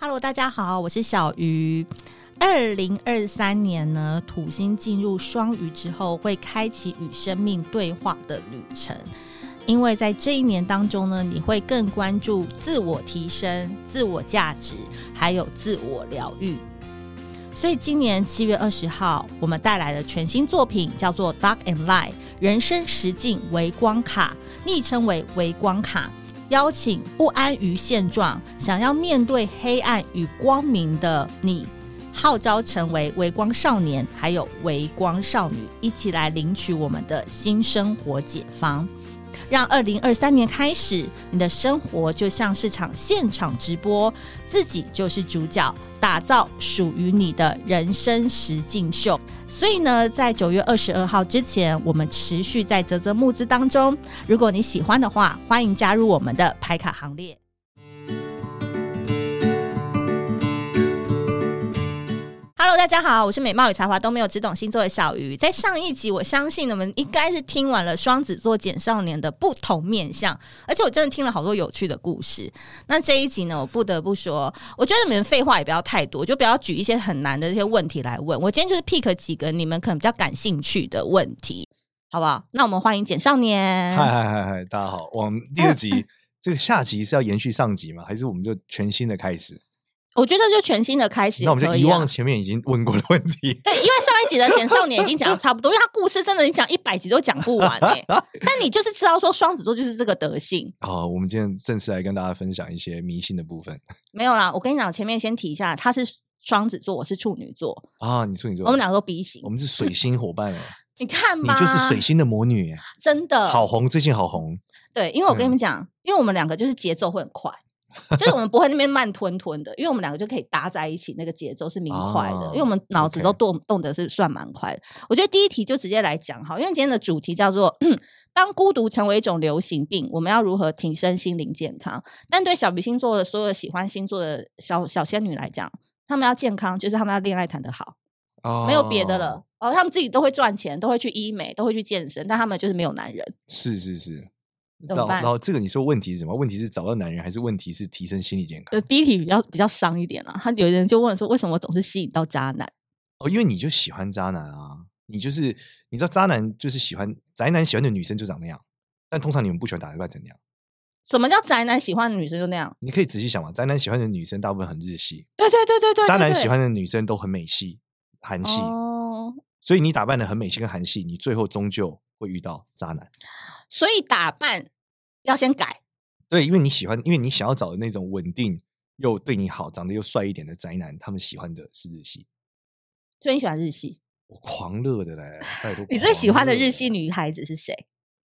Hello，大家好，我是小鱼。二零二三年呢，土星进入双鱼之后，会开启与生命对话的旅程。因为在这一年当中呢，你会更关注自我提升、自我价值，还有自我疗愈。所以今年七月二十号，我们带来的全新作品叫做《Dark and Light》，人生实境微光卡，昵称为微光卡。邀请不安于现状、想要面对黑暗与光明的你，号召成为微光少年，还有微光少女，一起来领取我们的新生活解方。让二零二三年开始，你的生活就像是场现场直播，自己就是主角，打造属于你的人生实境秀。所以呢，在九月二十二号之前，我们持续在泽泽募资当中。如果你喜欢的话，欢迎加入我们的排卡行列。Hello，大家好，我是美貌与才华都没有，只懂星座的小鱼。在上一集，我相信你们应该是听完了双子座简少年的不同面相，而且我真的听了好多有趣的故事。那这一集呢，我不得不说，我觉得你们废话也不要太多，就不要举一些很难的这些问题来问。我今天就是 pick 几个你们可能比较感兴趣的问题，好不好？那我们欢迎简少年。嗨嗨嗨嗨，大家好！ 我们第二集这个下集是要延续上集吗？还是我们就全新的开始？我觉得就全新的开始也那可以啊、我们就遗忘前面已经问过的问题。对，因为上一集的简少年已经讲的差不多，因为他故事真的你讲一百集都讲不完哎、但你就是知道说双子座就是这个德性，好，我们今天正式来跟大家分享一些迷信的部分没有啦。我跟你讲，前面先提一下，他是双子座，我是处女座，啊。你处女座，我们两个都 B 型我。们是水星 伙伴哦，你看你吧，就是水，星的魔女耶，真的好红，最近好红。对，因为我跟你嗯们讲，因为我们两个就是节奏会很快。就是我们不会那边慢吞吞的，因为我们两个就可以搭在一起，那个节奏是明快的，哦因为我们脑子 OK 都动动的是算蛮快的。我觉得第一题就直接来讲好，因为今天的主题叫做“当孤独成为一种流行病，我们要如何提升心灵健康”。但对小鱼星座的所有喜欢星座的小小仙女来讲，她们要健康，就是她们要恋爱谈得好，哦没有别的了。。哦，她们自己都会赚钱，都会去医美，都会去健身，但她们就是没有男人。是是是。怎然么后办然后这个你说问题是什么？问题是找到男人，还是问题是提升心理健康？呃，第一题比较比较伤一点啦。他有人就问说，为什么我总是吸引到渣男？哦，因为你就喜欢渣男啊，你就是你知道渣男就是喜欢宅男喜欢的女生就长那样，但通常你们不喜欢打扮成那样。什么叫宅男喜欢的女生就那样？你可以仔细想嘛，宅男喜欢的女生大部分很日系，对对对对对，渣对男对喜欢的女生都很美系、韩系，哦。所以你打扮的很美系跟韩系，你最后终究会遇到渣男。所以打扮要先改，对，因为你喜欢，因为你想要找的那种稳定又对你好、长得又帅一点的宅男，他们喜欢的是日系。所以你喜欢日系。我狂热的嘞，拜托！你最喜欢的狂热日系女孩子是谁？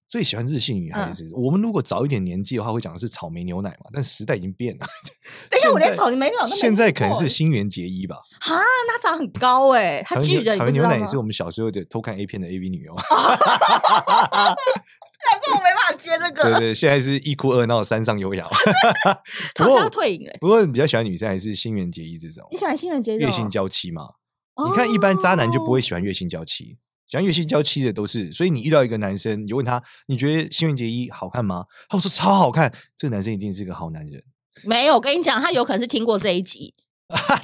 最喜欢日系女孩嗯子。我们如果早一点年纪的话，会讲的是草莓牛奶嘛，但时代已经变了。等一下，现哎我连在草莓没有都没现在听可能过是新垣结衣吧。啊，那长很高哎、她草莓巨牛人，你草不莓知牛道奶吗？也是我们小时候的偷看 A 片的 AV 女优。难怪我没办法接这对个，对，现在是一哭二闹三上悠扬。不好像要过退隐哎、 不过比较喜欢女生还是新垣结衣这种你喜欢新人哦接月性娇妻嘛？哦你看一般渣男就不会喜欢月性娇妻。喜欢月性娇妻的都是，所以你遇到一个男生，你就问他，你觉得新垣结衣好看吗？他会说超好看，这个男生一定是个好男人。没有，我跟你讲，他有可能是听过这一 集，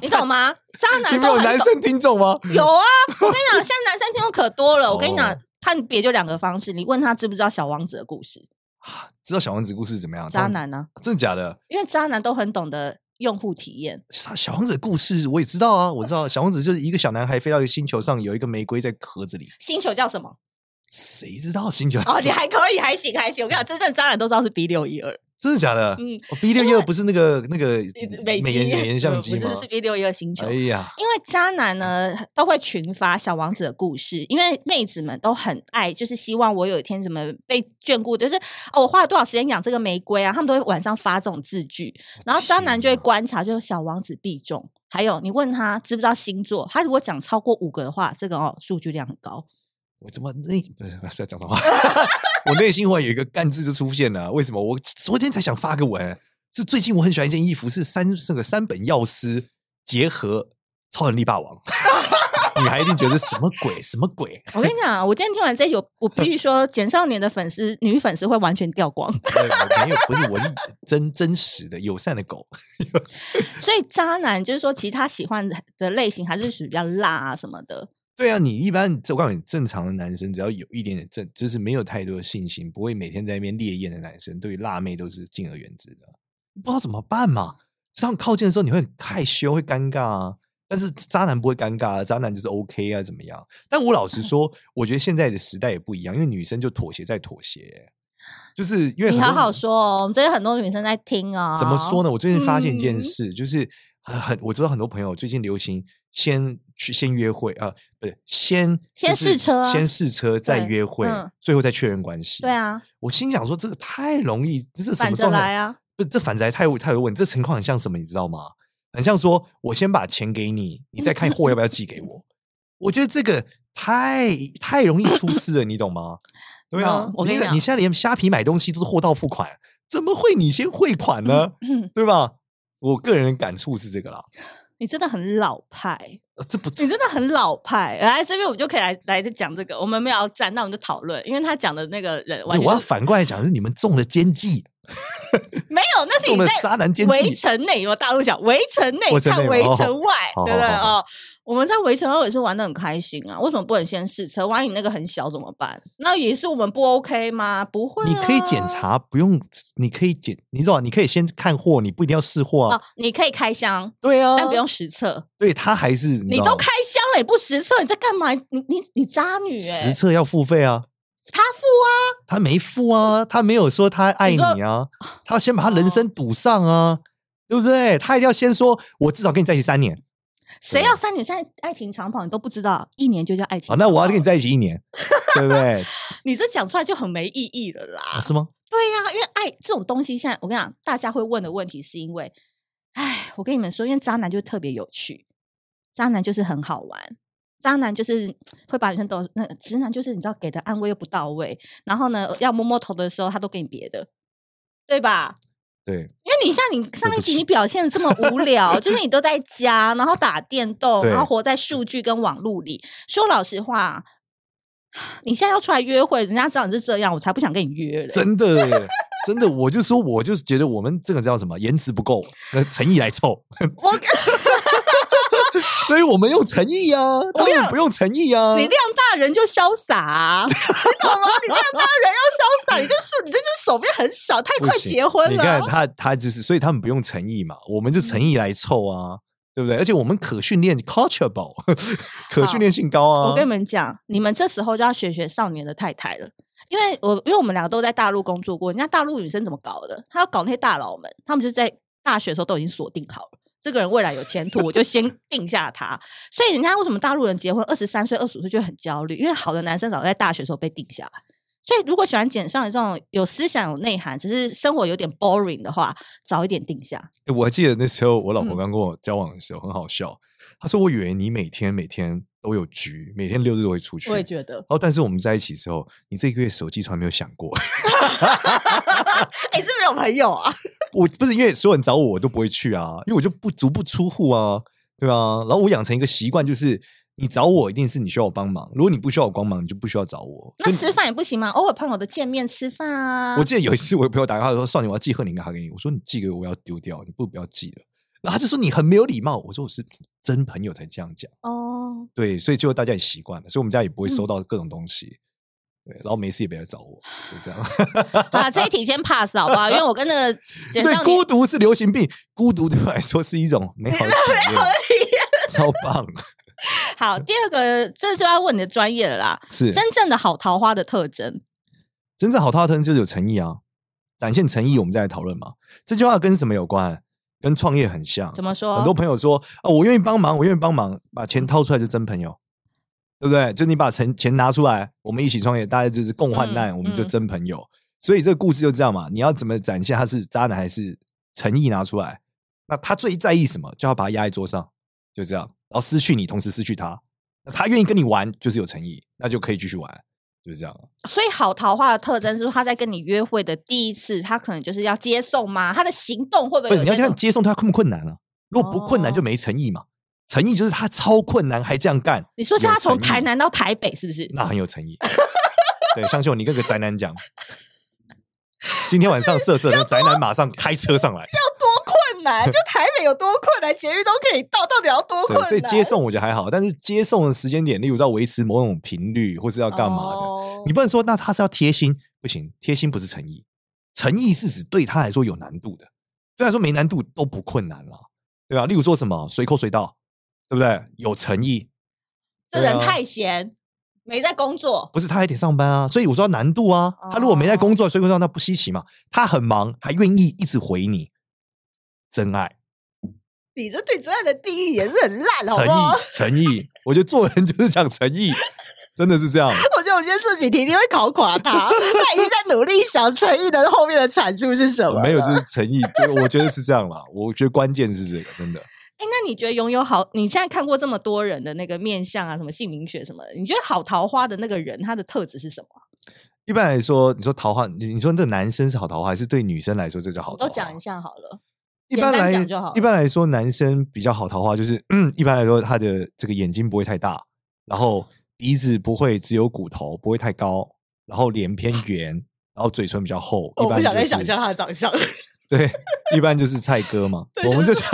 你懂吗？渣你男们都有很男懂生听众吗？ 有啊，我跟你讲，现在男生听众可多了。我跟你讲哦，判别就两个方式，你问他知不知道小王子的故事，知道小王子故事怎么样？渣啊当，男呢、真的假的？因为渣男都很懂得用户体验。小小王子的故事我也知道啊，我知道小王子就是一个小男孩飞到一个星球上，有一个玫瑰在盒子里，星球叫什么？谁知道星球是哦，什你么？还可以，还行，还行。我跟你讲，真正渣男都知道是 B 六一二，真的假的？哦嗯， B 六幺不是那个那个美美颜美颜相 机不吗是？是 B 六一二星球。哎呀，因为渣男呢都会群发小王子的故事，因为妹子们都很爱，就是希望我有一天什么被眷顾，就是哦，我花了多少时间养这个玫瑰啊，他们都会晚上发这种字句，然后渣男就会天哪观察，就是小王子必中。还有，你问他知不知道星座，他如果讲超过五个的话，这个哦数据量很高。我他妈内不是不要讲什么， 我内心忽然有一个干字就出现了。为什么？我昨天才想发个文，是最近我很喜欢一件衣服，是三这个三本药师结合超能力霸王。 女孩一定觉得什么鬼什么鬼，我跟你讲，啊我今天听完这一集，我我必须说，简少年的粉丝女粉丝会完全掉光。 呃没有，不是，我是真真实的友善的狗，所以渣男就是说，其他喜欢的类型还是属于比较辣啊什么的。对啊，你一般我告诉你，正常的男生只要有一点点正，就是没有太多的信心，不会每天在那边烈焰的男生，对于辣妹都是敬而远之的。不知道怎么办嘛？这样靠近的时候你会很害羞，会尴尬啊。但是渣男不会尴尬啊，渣男就是 OK 啊，怎么样？但我老实说，我觉得现在的时代也不一样，因为女生就妥协再妥协、欸就是因为你很多好好说哦，我们这边很多女生在听哦。怎么说呢？呢？我最近发现一件嗯事，就是很很，我知道很多朋友最近流行先去先约会啊、呃不是先先就是试车啊先试车，再对约会，嗯最后再确认关系。对，啊，我心想说这个太容易，这是什反么着状态来啊！不，这反着来太有太有问题。这情况很像什么，你知道吗？很像说我先把钱给你，你再看货要不要寄给 我。我觉得这个太太容易出事了，你懂吗？对啊嗯，我跟你你讲你现在连虾皮买东西都是货到付款，怎么会你先汇款呢？嗯对吧？我个人的感触是这个啦，你真的很老派，呃这不你真的很老派。来这边我们就可以来来讲这个，我们没有要站，那我们就讨论，因为他讲的那个人完全哎我要就反过来讲，是你们中了奸计，没有，那是中你了在渣男奸围计。城内，我大陆讲围城内围城内看嘛围哦城外，好对不对？好好哦，我们在围城外也是玩的很开心啊。为什么不能先试车？万一那个很小怎么办？那也是我们不 OK 吗？不会、啊，你可以检查，不用，你可以检，你知道吗，你可以先看货，你不一定要试货啊。哦，你可以开箱，对啊，但不用实测。对他还是你都开箱了，也不实测，你在干嘛？你你你渣女哎、实测要付费啊，他付他没付啊，他没有说他爱你说哦你啊，他先把他人生赌上啊，对不对？他一定要先说，我至少跟你在一起三年，啊，谁要三年三爱情长跑？你都不知道，一年就叫爱情好，长跑。哦那我要跟你在一起一年，对不对？你这讲出来就很没意义了啦。啊是吗？对呀、因为爱这种东西，现在我跟你讲，大家会问的问题是因为，哎，我跟你们说，因为渣男就特别有趣，渣男就是很好玩，渣男就是会把女生逗，那直男就是你知道给的安慰又不到位，然后呢，要摸摸头的时候他都给你别的，对吧？对，因为你像你上对一不集起你表现的这么无聊，就是你都在家，然后打电 动，对然后活在数据跟网络里。说老实话，你现在要出来约会，人家知道你是这样，我才不想跟你约嘞。真的耶，真的，我就说，我就是觉得我们这个叫什么，颜值不够，那诚意来凑，我 所以我们用诚意啊，当然不用诚意啊，你量大人就潇洒、 啊，你懂吗？你量大人要潇洒，你就是你这就是手边很小，太不快行结婚你看了。他，他就是，所以他们不用诚意嘛，我们就诚意来凑嗯啊，对不对？而且我们可训练 culturable，可训练性高啊。我跟你们讲，你们这时候就要学学少年的太太了。因为我因为我们两个都在大陆工作过，人家大陆女生怎么搞的？她要搞那些大佬们，他们就在大学的时候都已经锁定好了，这个人未来有前途，我就先定下他。所以人家为什么大陆人结婚二十三岁、二十五岁就很焦虑？因为好的男生早在大学的时候被定下来。所以如果喜欢简上的这种有思想、有内涵，只是生活有点 boring 的话，早一点定下。欸我还记得那时候我老嗯婆刚跟我交往的时候，很好笑，她说：“我以为你每天每天都有局，每天六日都会出去。”然觉得，后，但是我们在一起之后，你这个月手机从来没有响过。哎、是没有朋友啊。我不是因为所有人找我，我都不会去啊，因为我就不足不出户啊，对啊。然后我养成一个习惯，就是你找我一定是你需要我帮忙，如果你不需要我帮忙，你就不需要找我。那所以吃饭也不行吗？偶尔朋友的见面吃饭啊。我记得有一次，我有朋友打电话说：“少年，我要寄贺年卡给你。”我说：“你寄给我，我要丢掉，你不如不要寄了。”然后他就说：“你很没有礼貌。”我说：“我是真朋友才这样讲。哦”，对，所以最后大家也习惯了，所以我们家也不会嗯收到各种东西。对，然后没事也别来找我，就这样。 好啦，这一题先 pass 好不好？因为我跟那个简对，少年孤独是流行病，孤独对我来说是一种美好的体验，超棒，好，第二个这就要问你的专业了啦。是真正的好桃花的特征，真正好他的就是有诚意啊，展现诚哦意，我们再来讨论嘛。这句话跟什么有关？跟创业很像，怎么说？很多朋友说啊、我愿意帮忙，我愿意帮忙，把钱掏出来就真朋友，对不对？就你把钱钱拿出来，我们一起创业，大家就是共患难，嗯我们就真朋友。所以这个故事就这样嘛，你要怎么展现他是渣男还是诚意拿出来？那他最在意什么？就要把他压在桌上，就这样，然后失去你，同时失去他。那他愿意跟你玩，就是有诚意，那就可以继续玩，就是这样。所以好桃花的特征是他在跟你约会的第一次，他可能就是要接送吗？他的行动会不不会是有你要这这样种？接送他困不困难啊？如果不困难哦就没诚意嘛。诚意就是他超困难还这样干，你说是他从有诚意台南到台北，是不是？那很有诚意。对，向秀，你跟个宅 男讲，今天晚上色色的宅男马上开车上来。困难，就台北有多困难，捷运都可以到，到底要多对，所以接送我觉得还好，但是接送的时间点，例如要维持某种频率，或是要干嘛的，哦你不能说那他是要贴心，不行，贴心不是诚意，诚意是指对他来说有难度的，对他来说没难度都不困难了，对吧？例如说什么随口随到，对不对？有诚意，这对啊人太闲，没在工作，不是他还得上班啊，所以我说难度啊，哦他如果没在工作，随口随到那不稀奇嘛，他很忙还愿意一直回你，真爱。你这对真爱的定义也是很烂，好诚不好意？，诚意，我觉得做人就是讲诚意，真的 是这样。我觉得我今天这几题一定会考垮他， 他已经在努力想诚意的后面的阐述是什么。没有，就是诚意，就我觉得是这样啦。我觉得关键是这个，真的。哎，那你觉得拥有好？你现在看过这么多人的那个面相啊，什么姓名学什么的，你觉得好桃花的那个人他的特质是什么？一般来说，你说桃花，你你说这男生是好桃花，还是对女生来说这叫好桃都花？讲一。下好了。一般简单来讲就好了一般来说，男生比较好桃花，就是嗯，一般来说他的这个眼睛不会太大，然后鼻子不会只有骨头，不会太高，然后脸偏圆，然后嘴唇比较厚。一我不般想就再是想象他的长相，对，一般就是蔡 哥嘛。我们就想，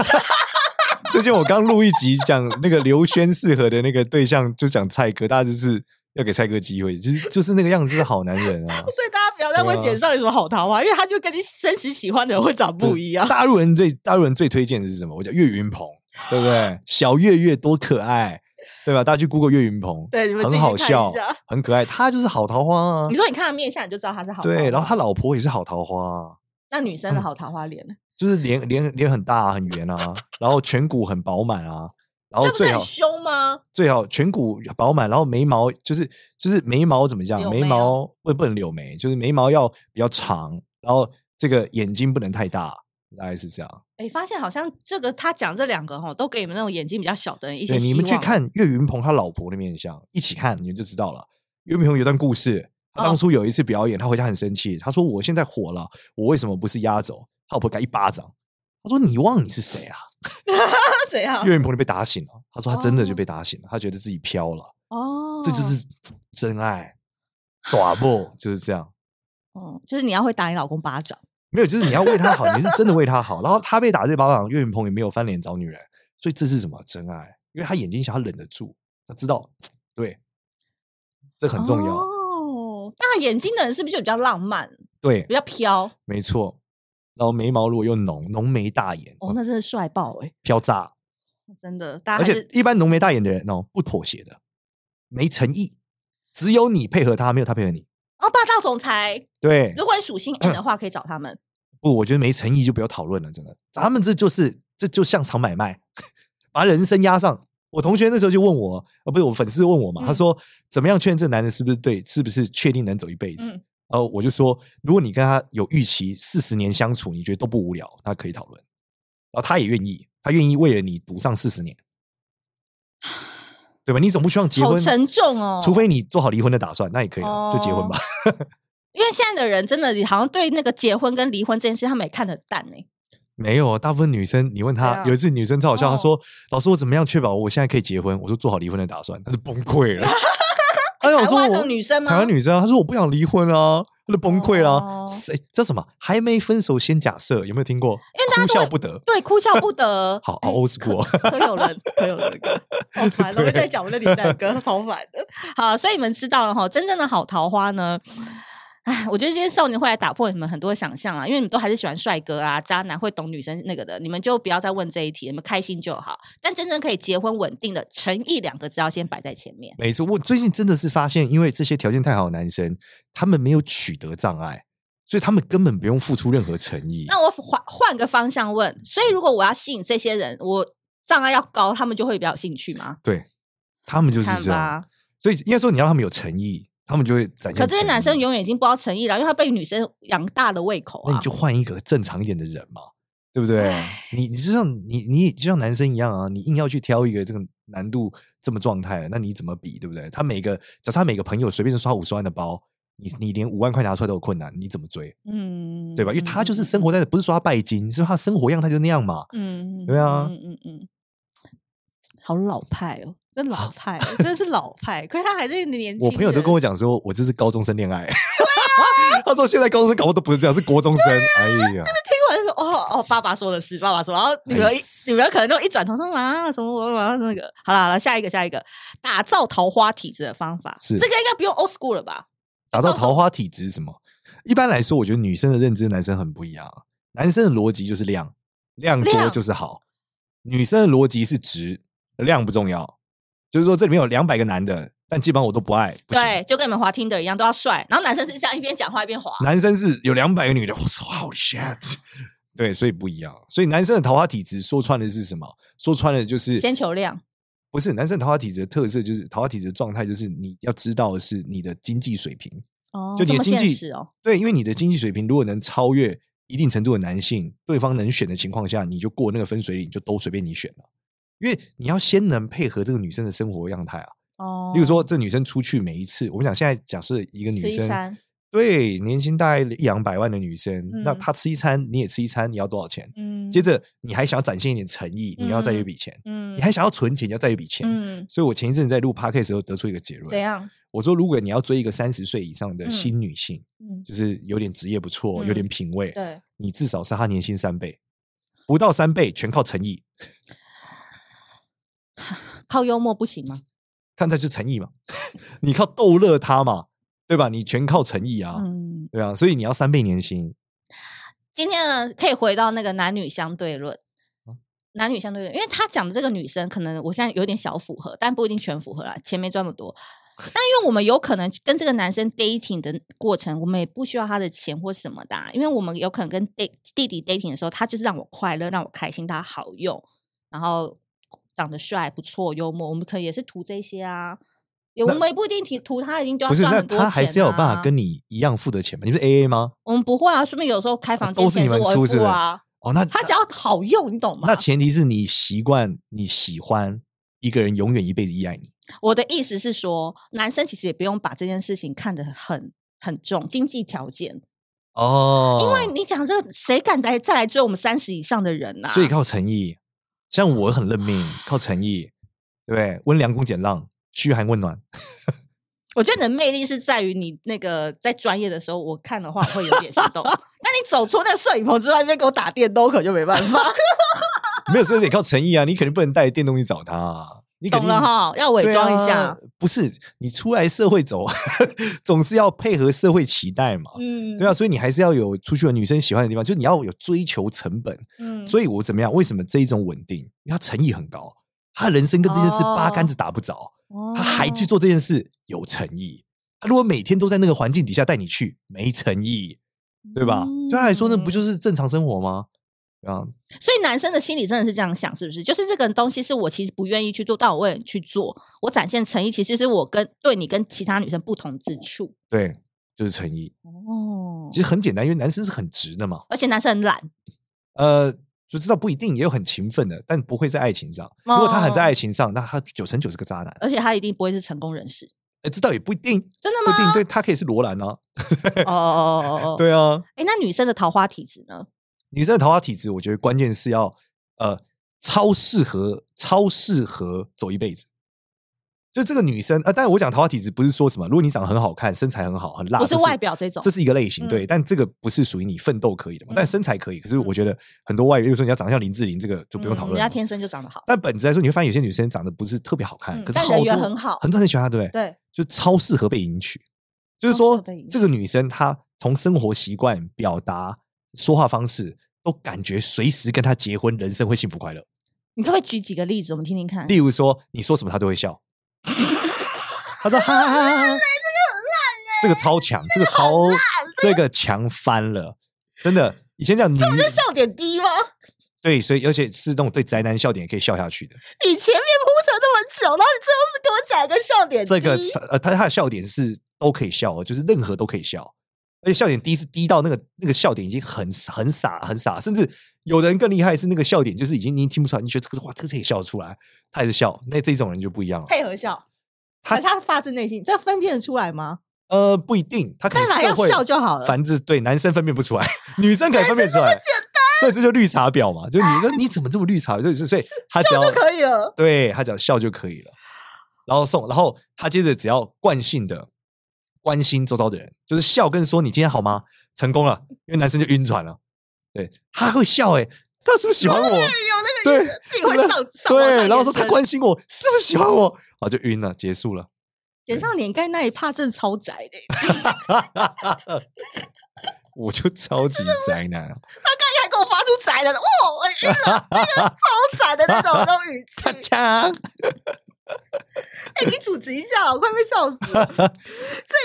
最近我刚录一集讲那个刘轩适合的那个对象，就讲蔡哥，大家就是要给蔡哥机会，就是就是那个样子，就是好男人啊。所以大家不要再问对啊简少有什么好桃花，因啊为他就跟你真实喜欢的人会长不一样。 大陆人最大陆人最推荐的是什么？我叫岳云鹏，对不对？ 小岳岳多可爱，对吧？大家去 Google 岳云鹏， 对你们自己去很好看一笑下，很可爱，他就是好桃花啊你。说你看他面相，你就知道他是好桃花。对，然后他老婆也是好桃花、啊。那女生的好桃花脸呢，就是脸脸脸很大、啊、很 圆啊，然后颧骨很饱满啊，然后那不是最很好凶吗？最好颧骨饱满，然后眉毛就是就是眉毛怎么讲？柳眉眉啊毛不不能柳眉，就是眉毛要比较长，然后这个眼睛不能太大，大概是这样。哎，发现好像这个他讲这两个哈，都给你们那种眼睛比较小的人一些对，你们希去望。看岳云鹏他老婆的面相，一起看你们就知道了。岳云鹏有段故事，他哦当初有一次表演，他回家很生气，他说：“我现在火了，我为什么不是压轴？”他老婆给他一巴掌，他说：“你忘了你是谁啊？”他 怎样？岳云鹏就被打醒了，他说他真的就啊哦被打醒了，他觉得自己飘了，哦，这就是真爱，短不就是这样。哦，就是你要会打你老公巴掌。没有，就是你要为他好，你是真的为他好。然后他被打这巴掌，岳云鹏也没有翻脸找女人，所以这是什么真爱？因为他眼睛小，他忍得住，他知道，对，这很重要。哦，大眼睛的人是不是就比较浪漫，对比，较飘？哦没错。然后眉毛如果又浓，浓眉大眼，哦，那真的帅爆哎、飘炸。真的，大家而还且是一般浓眉大眼的人哦，不妥协的，没诚意，只有你配合他，没有他配合你。哦，霸道总裁，对，如果你属性嗯 N 的话，可以找他们。不，我觉得没诚意就不要讨论了，真的。咱们这就是这就像场买卖， 把人生压上。我同学那时候就问我，呃，不是我粉丝问我嘛，他嗯说怎么样确认这男人是不是对，是不是确定能走一辈子？嗯然后我就说，如果你跟他有预期，四十年相处，你觉得都不无聊，那可以讨论。然后他也愿意，他愿意为了你赌上四十年，对吧？你总不希望结好婚，沉重哦，除非你做好离婚的打算，那也可以了，就结婚吧。因为现在的人真的好像对那个结婚跟离婚这件事，他们也看得很淡哎、没有，哦大部分女生，你问她，对啊有一次女生超好笑，她哦说：“老师，我怎么样确保我现在可以结婚？”我说：“做好离婚的打算。”她就崩溃了。哎呀，我台说湾我的女生吗？台湾女生啊，她说我不想离婚啊，她就崩溃了哦。谁叫什么？还没分手先假设，有没有听过？大家哭都会笑不得。。对哭笑不得 好哦哎，old school 柯柯有人，柯有人 歌，好烦哦！对我在讲我们的李诞歌，超烦的。好，所以你们知道了哈，真正的好桃花呢，哎，我觉得今天少年会来打破你们很多想象啊，因为你们都还是喜欢帅哥啊、渣男会懂女生那个的，你们就不要再问这一题，你们开心就好。但真正可以结婚稳定的，诚意两个字要先摆在前面。没错，我最近真的是发现，因为这些条件太好的男生，他们没有取得障碍，所以他们根本不用付出任何诚意。那我换换个方向问，所以如果我要吸引这些人，我障碍要高，他们就会比较有兴趣吗？对，他们就是看这样。吧，所以应该说，你要让他们有诚意，他们就会展现诚可意。这些男生永远已经不知道诚意了，因为他被女生养大了胃口啊。那你就换一个正常一点的人嘛，对不对？你你就像你你就像男生一样啊，你硬要去挑一个这个难度这么状态，那你怎么比，对不对？他每个假设他每个朋友随便刷五十万的包，你你连五万块拿出来都有困难，你怎么追，嗯，对吧？因为他就是生活在不是说他拜金，是他生活样态就那样嘛。嗯嗯，嗯，对啊嗯嗯嗯。好老派哦，真老派，真的是老派。可是他还是年轻人，啊我朋友都跟我讲说，我这是高中生恋爱。 他说现在高中生搞不好都不是这样，是国中生。哎呀，听完就说哦哦，爸爸说的是，爸爸说，然后女儿一哎女儿可能就一转头说妈什么我我那个，好了好了，下一个下一个，打造桃花体质的方法，是这个应该不用 old school 了吧？打造桃花体质是什么？一般来说，我觉得女生的认知男生很不一样。啊男生的逻辑就是量，量多量就是好；女生的逻辑是值，量不重要。就是说，这里面有两百个男的，但基本上我都不爱。不行对，啊就跟你们滑听的一样，都要帅。然后男生是这样一边讲话一边滑，男生是有两百个女的，我操，Holy shit！对，所以不一样。所以男生的桃花体质说穿的是什么？说穿的就是先求量。不是男生桃花体质的特色，就是桃花体质的状态，就是你要知道的是你的经济水平。哦就这你么的经现济实哦，对，因为你的经济水平如果能超越一定程度的男性，对方能选的情况下，你就过那个分水岭，就都随便你选了。因为你要先能配合这个女生的生活样态啊，哦，例如说这女生出去每一次，我们讲现在假设一吃个女一生餐对年薪大概一两百万的女生，那嗯她吃一餐你也吃一餐，你要多少钱？嗯，接着你还想要展现一点诚意，你要再有一笔钱；嗯，你还想要存钱，你要再有一笔钱。嗯所以我前一阵在录 p o d c a s t 的时候得出一个结怎论，样？我说如果你要追一个三十岁以上的嗯新女性，嗯，就是有点职业不错，嗯有点品味，对，你至少是他年薪三倍，不到三倍全靠诚意，靠幽默不行吗？看他就诚意 嘛，你靠逗乐他嘛，对吧？你全靠诚意啊，嗯，对啊，所以你要三倍年薪，今天呢，可以回到那个男女相对论。哦男女相对论，因为他讲的这个女生，可能我现在有点小符合，但不一定全符合啦。钱没赚那么 多，但因为我们有可能跟这个男生 dating 的过程，我们也不需要他的钱或什么的啊、因为我们有可能跟 date 弟弟 dating 的时候，他就是让我快乐，让我开心，他好用，然后长得帅、不错、幽默，我们可能也是图这些啊。也我那们也不一定图图他一定就要不是？赚那很多钱、啊、他还是要有办法跟你一样付得钱嘛？你不是 A A 吗？我们不会啊，说明有时候开房间都是钱你们我出会是付不是啊。哦，那他只要好用，你懂吗？那前提是你习惯你喜欢一个人，永远一辈子依赖你。我的意思是说，男生其实也不用把这件事情看得很很重，经济条件，哦，因为你讲这个谁敢来再来追我们三十以上的人呐、所以靠诚意，像我很认命，靠 诚意，对不对？温良恭俭让，嘘寒问暖。我觉得你的魅力是在于你那个在专业的时候，我看的话会有点心动。那你走出那个摄影棚之外，那边给我打电动，我可就没办法，没有，所以得靠诚意啊！你肯定不能带电动去找他、啊，你肯懂定了哈？要伪对装一下，啊不是你出来社会走， 总是要配合社会期待嘛。嗯，对啊，所以你还是要有出去的女生喜欢的地方，就你要有追求成本。嗯，所以我怎么样？为什么这一种稳定？因为他诚意很高，他人生跟这件事八哦竿子打不着，以他还去做这件事有诚意。他如果每天都在那个环境底下带你去，没诚意，对吧？对他来说，那嗯不就是正常生活吗？对啊，所以男生的心里真的是这样想，是不是？就是这个东西是我其实不愿意去做，但我为了你去做，我展现诚意，其实是我跟对你跟其他女生不同之处。对，就是诚意。哦其实很简单，因为男生是很直的嘛。而且男生很懒，呃，就知道不一定，也有很勤奋的，但不会在爱情上。如果他很在爱情上，那他九成九是个渣男。哦而且他一定不会是成功人士，呃，知道也不一定，不真的一吗？定。对他可以是罗兰啊，哦哦哦哦哦， 对啊。哎，那女生的桃花体质呢？女生的桃花体质，我觉得关键是要呃超适合，超适合走一辈子。就这个女生啊、呃，但我讲桃花体质不是说什么，如果你长得很好看，身材很好，很辣，不是这外表这种这是一个类型，嗯对，但这个不是属于你奋斗可以的嘛，嗯但身材可以。可是我觉得很多外表，比如说你要长得像林志玲，这个就不用讨嗯论人了。家天生就长得好，但本质来说，你会发现有些女生长得不是特别好看，嗯哎可是但好人多缘很好很多人喜欢她，对不对？对，就超适合被迎娶。就是超适合说被迎，这个女生她从生活习惯、表达、说话方式，都感觉随时跟她结婚，人生会幸福快乐。你可不可以举几个例子，我们听听看例？如说，你说什么她都会笑，她说哈哈哈啊哈，这个超强，这个超这个强翻了，真的。以前讲女笑点低吗？对，所以而且是那种对宅男笑点也可以笑下去的。你前面铺陈那么久，然后你最后是给我讲一个笑点这个低呃，他他的笑点是都可以笑哦，就是任何都可以笑，而且笑点低是低到那个那个笑点已经很很傻很傻，甚至有的人更厉害是那个笑点就是已经你听不出来，你觉得这个哇这个可以笑得出来，他也是笑，那这种人就不一样了。配合笑，他可是他发自内心，这分辨得出来吗？呃，不一定，他可能当然社要会笑就好了。反正对男生分辨不出来，女生可以分辨出来，所以这就绿茶婊嘛，就你说你怎么这么绿茶婊？就是 所以他只要就可以了。对他只要笑就可以了。然后送，然后他接着只要惯性的关心周遭的人，就是笑跟说你今天好吗？成功了，因为男生就晕船了。对，他会笑哎、他是不是喜欢我？有对那个自己会上上网上对，然后说眼神他关心我，是不是喜欢我？啊，就晕了，结束了。剪上脸盖那一趴真的超窄的，我就超级宅男 啊！还给我发出宅的，哇，哦我晕了，那个超窄的那种那种语咔 气。嚓，哎、你组织一下，我快被笑死 了。这一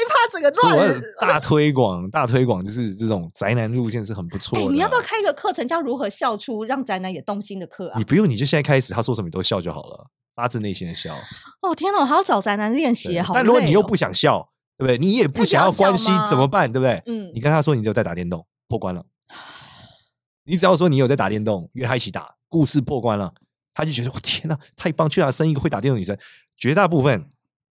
趴整个所以乱我了要。大推广，大推广就是这种宅男路线是很不错哎、的啊。你要不要开一个课程叫如何笑出让宅男也动心的课啊你？不用，你就现在开始，他说什么你都笑就好了，发自内心的笑。哦天哪，我还要找宅男练对习，好、哦。但如果你又不，想笑，对不对？你也不想要关心那就要笑吗，怎么办？对不对？嗯你，跟他说你只有在打电动，破 关了。你只要说你有在打电动，约他一起打，故事破关了，他就觉得我天哪，太棒！居然生一个会打电动的女生，绝大部分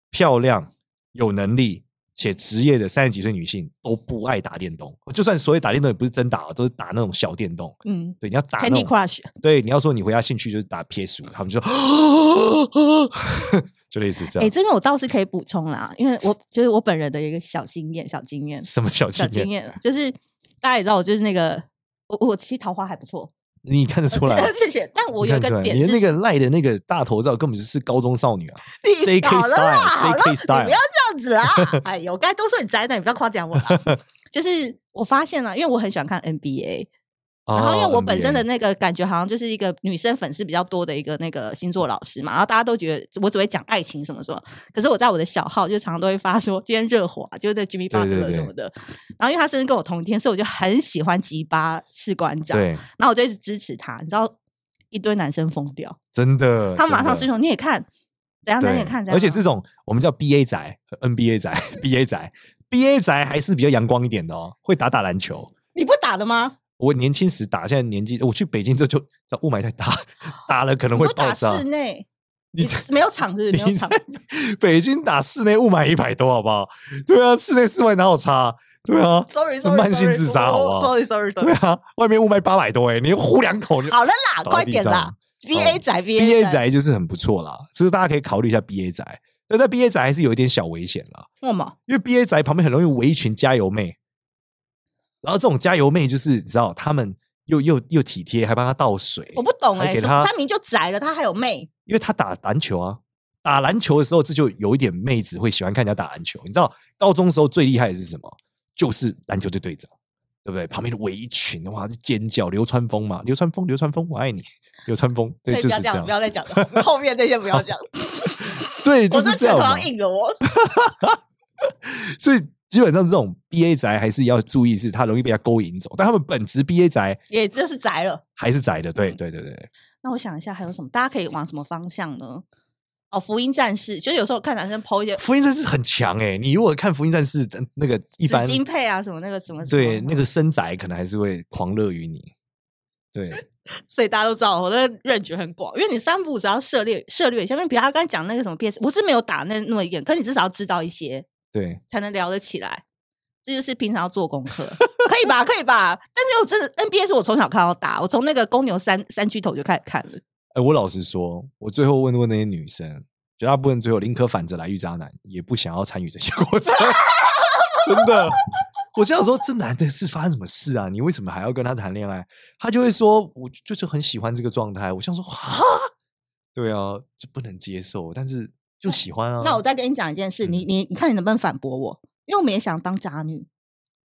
漂亮、有能力且职业的三十几岁女性都不爱打电动。就算所谓打电动，也不是真打，啊都是打那种小电动。嗯对，你要打那，Candy 种 Crush，对，你要说你回家兴趣就是打 PS 五，他们就 说就类似这哎、样。这边我倒是可以补充啦，因为我就是我本人的一个小经验，小经验，什么小小经经验？验啦，就是大家也知道，我就是那个我我其实桃花还不错，你看得出来啊？ 谢谢。但我你有一看出个来，点你是，的那个赖的那个大头照根本就是高中少女啊！你 JK 好了啦 style，好了 JK 你不要这样子 啦！哎呦，我刚才都说你宅男，你不要夸奖我啦。就是我发现了，因为我很喜欢看 NBA，、然后因为我本身的哦那个感觉好像就是一个女生粉丝比较多的一个那个星座老师嘛，然后大家都觉得我只会讲爱情什么什么，可是我在我的小号就常常都会发说今天热火、啊、就是在 Jimmy 对对 Butler 对什么的，然后因为他生日跟我同一天，所以我就很喜欢吉巴士官 NBA 长，对，然后我就一直支持他，你知道一堆男生疯掉，真的，他们马呃真上的追求你也看，等一下咱也对看，怎样啊而且怎这样种我们叫 BA 宅、NBA 宅、BA 宅、BA 宅还是比较阳光一点的哦，会打打篮球。你不打的吗？我年轻时打，现在年纪我去北京之后就这雾霾太大， 打了可能你会不爆打炸室。内，你你没有场子，没有你场在。北京打室内雾霾一百多，好不好？对啊，室内室外哪有差啊？对啊， Sorry，这慢性自杀好不好 Sorry Sorry 对 Sorry，啊，外面雾霾八百多哎，你又呼两口就好了啦，倒快地点上啦！VA 仔 BA ，VA 仔，宅就是很不错啦，就是大家可以考虑一下 BA 宅，但在 BA 宅还是有一点小危险啦，我嘛，因为 BA 宅旁边很容易围一群加油妹，然后这种加油妹就是你知道，他们又又又体贴，还帮他倒水我，不懂还哎，给什么他他明就宅了，他还有妹，因为他打篮球啊，打篮球的时候这就有一点妹子会喜欢看人家打篮球，你知道高中时候最厉害的是什么？就是篮球队队长。对不对？旁边的围一群，哇，就尖叫！流川枫嘛，流川枫，流川枫，我爱你，流川枫， 对，所以不就要是这这样，样不，要再讲了， 后面这些不要讲，对，我就这是拳这样头嘛要。硬了 我。所以基本上这种 BA 宅还是要注意，是他容易被他勾引走，但他们本质 BA 宅也就是宅了。还是宅的，对嗯对对对，那我想一下还有什么，大家可以往什么方向呢？哦，福音战士，就是有时候看男生 PO 一些福音战士很强哎、你如果看福音战士呃那个一般紫金配啊什么那个什么，对那个，深宅可能还是会狂热于你，对所以大家都知道我的认觉很广，因为你三步只要涉猎涉猎一下，因为比如他刚才讲那个什么 PS，我是没有打那那么远，可你至少要知道一些，对，才能聊得起来。这就是平常要做功课，可以吧？可以吧？但是我真的 NBA 是我从小看到大，我从那个公牛三三巨头就开始看了。哎、我老实说，我最后问过那些女生，绝大部分最后宁可反着来遇渣男，也不想要参与这些 过程，真的。我这样说，这男的是发生什么事啊？你为什么还要跟他谈恋爱？他就会说，我就是很喜欢这个状态。我想说，哈，对啊，就不能接受，但是就喜欢啊。那我再跟你讲一件事，你你你看你能不能反驳我？因为我们也想当渣女，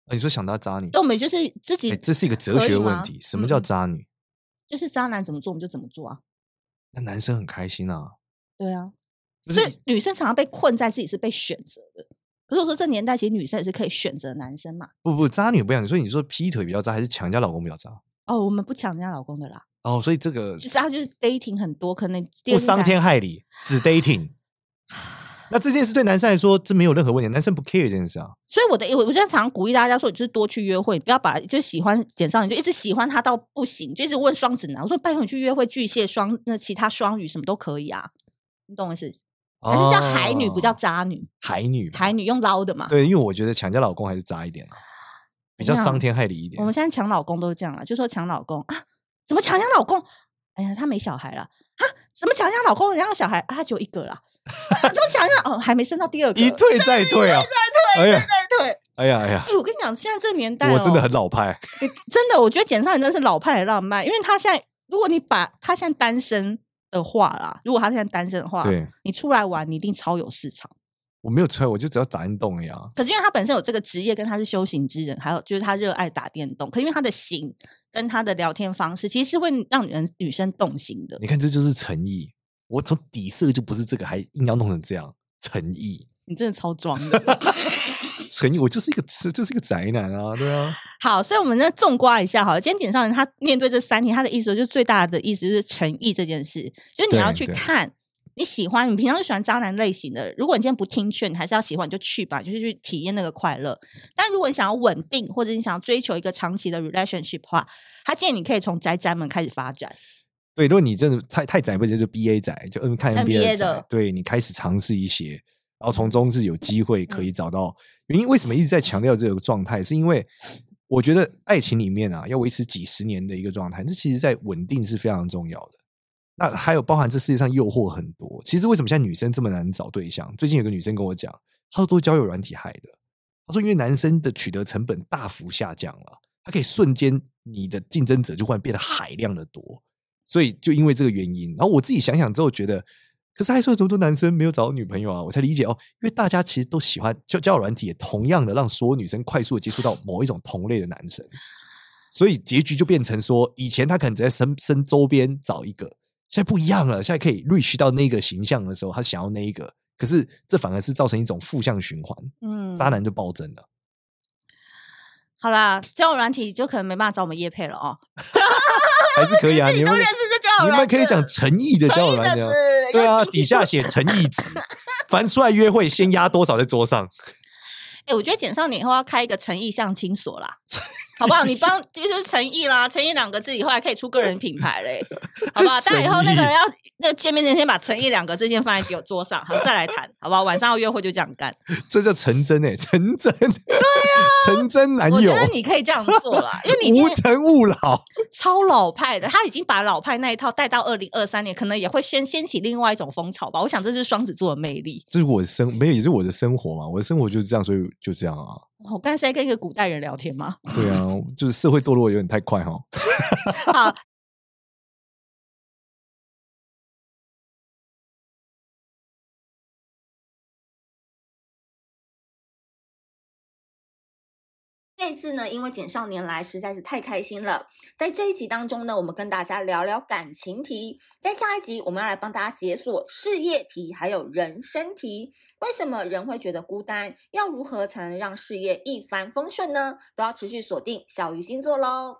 啊你说想到渣女，但我们就是自己、哎这是一个哲可以学吗问题。什么叫嗯渣女？就是渣男怎么做我们就怎么做啊。那男生很开心啊，对啊，不所是以女生常常被困在自己是被选择的。可是我说这年代其实女生也是可以选择男生嘛。不不渣女不一样。你说你说劈腿比较渣，还是强加老公比较渣？哦，我们不抢人家老公的啦，哦，所以这个就是他就是 dating 很多，可能第二不伤才天害理，只 dating。那这件事对男生来说，这没有任何问题，男生不 care 这件事啊。所以我的我我现在常鼓励大家说，你就是多去约会，不要把就喜欢简少，你就一直喜欢他到不行，就一直问双子男。我说拜托你去约会巨蟹双，那其他双鱼什么都可以啊，你懂我意思？还是叫海女，不叫哦渣女，海女吧。海女用捞的嘛。对，因为我觉得强加老公还是渣一点啊。比较怎么样伤天害理一点我。们现在抢老公都是这样了，就说抢老公啊，怎么强抢老公？哎呀，他没小孩了啊？怎么强抢老公？人家有小孩啊，他只有一个啦， 啊怎么强抢？哦，还没生到第二个，一退再退啊！哎呀，对对。哎呀，哎呀哎、，我跟你讲，现在这个年代、哦，我真的很老派。你真的，我觉得简少年真的是老派的浪漫，因为他现在，如果你把他现在单身的话啦，如果他现在单身的话，对你出来玩，你一定超有市场。我没有吹，我就只要打运动而已啊。可是因为他本身有这个职业，跟他是修行之人，还有就是他热爱打电动，可是因为他的型跟他的聊天方式，其实是会让人女生动心的你。看，这就是诚意。我从底色就不是这个，还硬要弄成这样，诚意，你真的超装 的。诚意，我就是一个痴，就是一个宅男啊，对啊，好，所以我们再纵刮一下好了。今天简少年他面对这三题，他的意思就是最大的意思就是诚意这件事，就是你要对去对看你喜欢，你平常就喜欢渣男类型的。如果你今天不听劝，你还是要喜欢，你就去吧，就是去体验那个快乐。但如果你想要稳定，或者你想要追求一个长期的 relationship 的话，他建议你可以从宅宅们开始发展。对。如果你真的太太宅，不是就 B A 宅，就嗯看 NBA 宅的对你开始尝试一些，然后从中是有机会可以找到。原因为什么一直在强调这个状态，是因为我觉得爱情里面啊，要维持几十年的一个状态，这其实在稳定是非常重要的。那还有包含这世界上诱惑很多，其实为什么现在女生这么难找对象？最近有个女生跟我讲，她说都是交友软体害的。她说因为男生的取得成本大幅下降了，他可以瞬间你的竞争者就忽然变得海量的多，所以就因为这个原因，然后我自己想想之后觉得。可是还是有这么多男生没有找到女朋友啊，我才理解哦，因为大家其实都喜欢交交友软体，也同样的让所有女生快速的接触到某一种同类的男生，所以结局就变成说，以前他可能只在身身周边找一个，现在不一样了，现在可以 reach 到那个形象的时候，他想要那一个，可是这反而是造成一种负向循环，嗯渣男就暴增 了。好啦，交友软体就可能没办法找我们叶配了哦。还是可以啊，你们都认识这交你友们软体可以讲诚意的交友软件啊，对啊，底下写诚意值，凡出来约会先压多少在桌上，哎、我觉得简少年以后要开一个诚意相亲所啦，好不好？你帮这就是诚意啦，诚意两个字以后还可以出个人品牌嘞，好不好？大家以后那个诚意要那个见面那天把诚意两个字先放在桌桌上，好再来谈，好不好？晚上要约会就这样干，这叫成真哎、成真，对啊，成真男我觉友，得你可以这样做啦，因为你已经无尘勿扰，超老派的，他已经把老派那一套带到二零二三年，可能也会先掀起另外一种风潮吧。我想这是双子座的魅力。这是我的生，没有也是我的生活嘛，我的生活就是这样，所以就这样啊，哇哦我刚才是在跟一个古代人聊天吗？对啊，就是社会堕落有点太快哈。好，这一次呢，因为简少年来实在是太开心了，在这一集当中呢，我们跟大家聊聊感情题，在下一集我们要来帮大家解锁事业题，还有人生题。为什么人会觉得孤单？要如何才能让事业一帆风顺呢？都要持续锁定小鱼星座喽。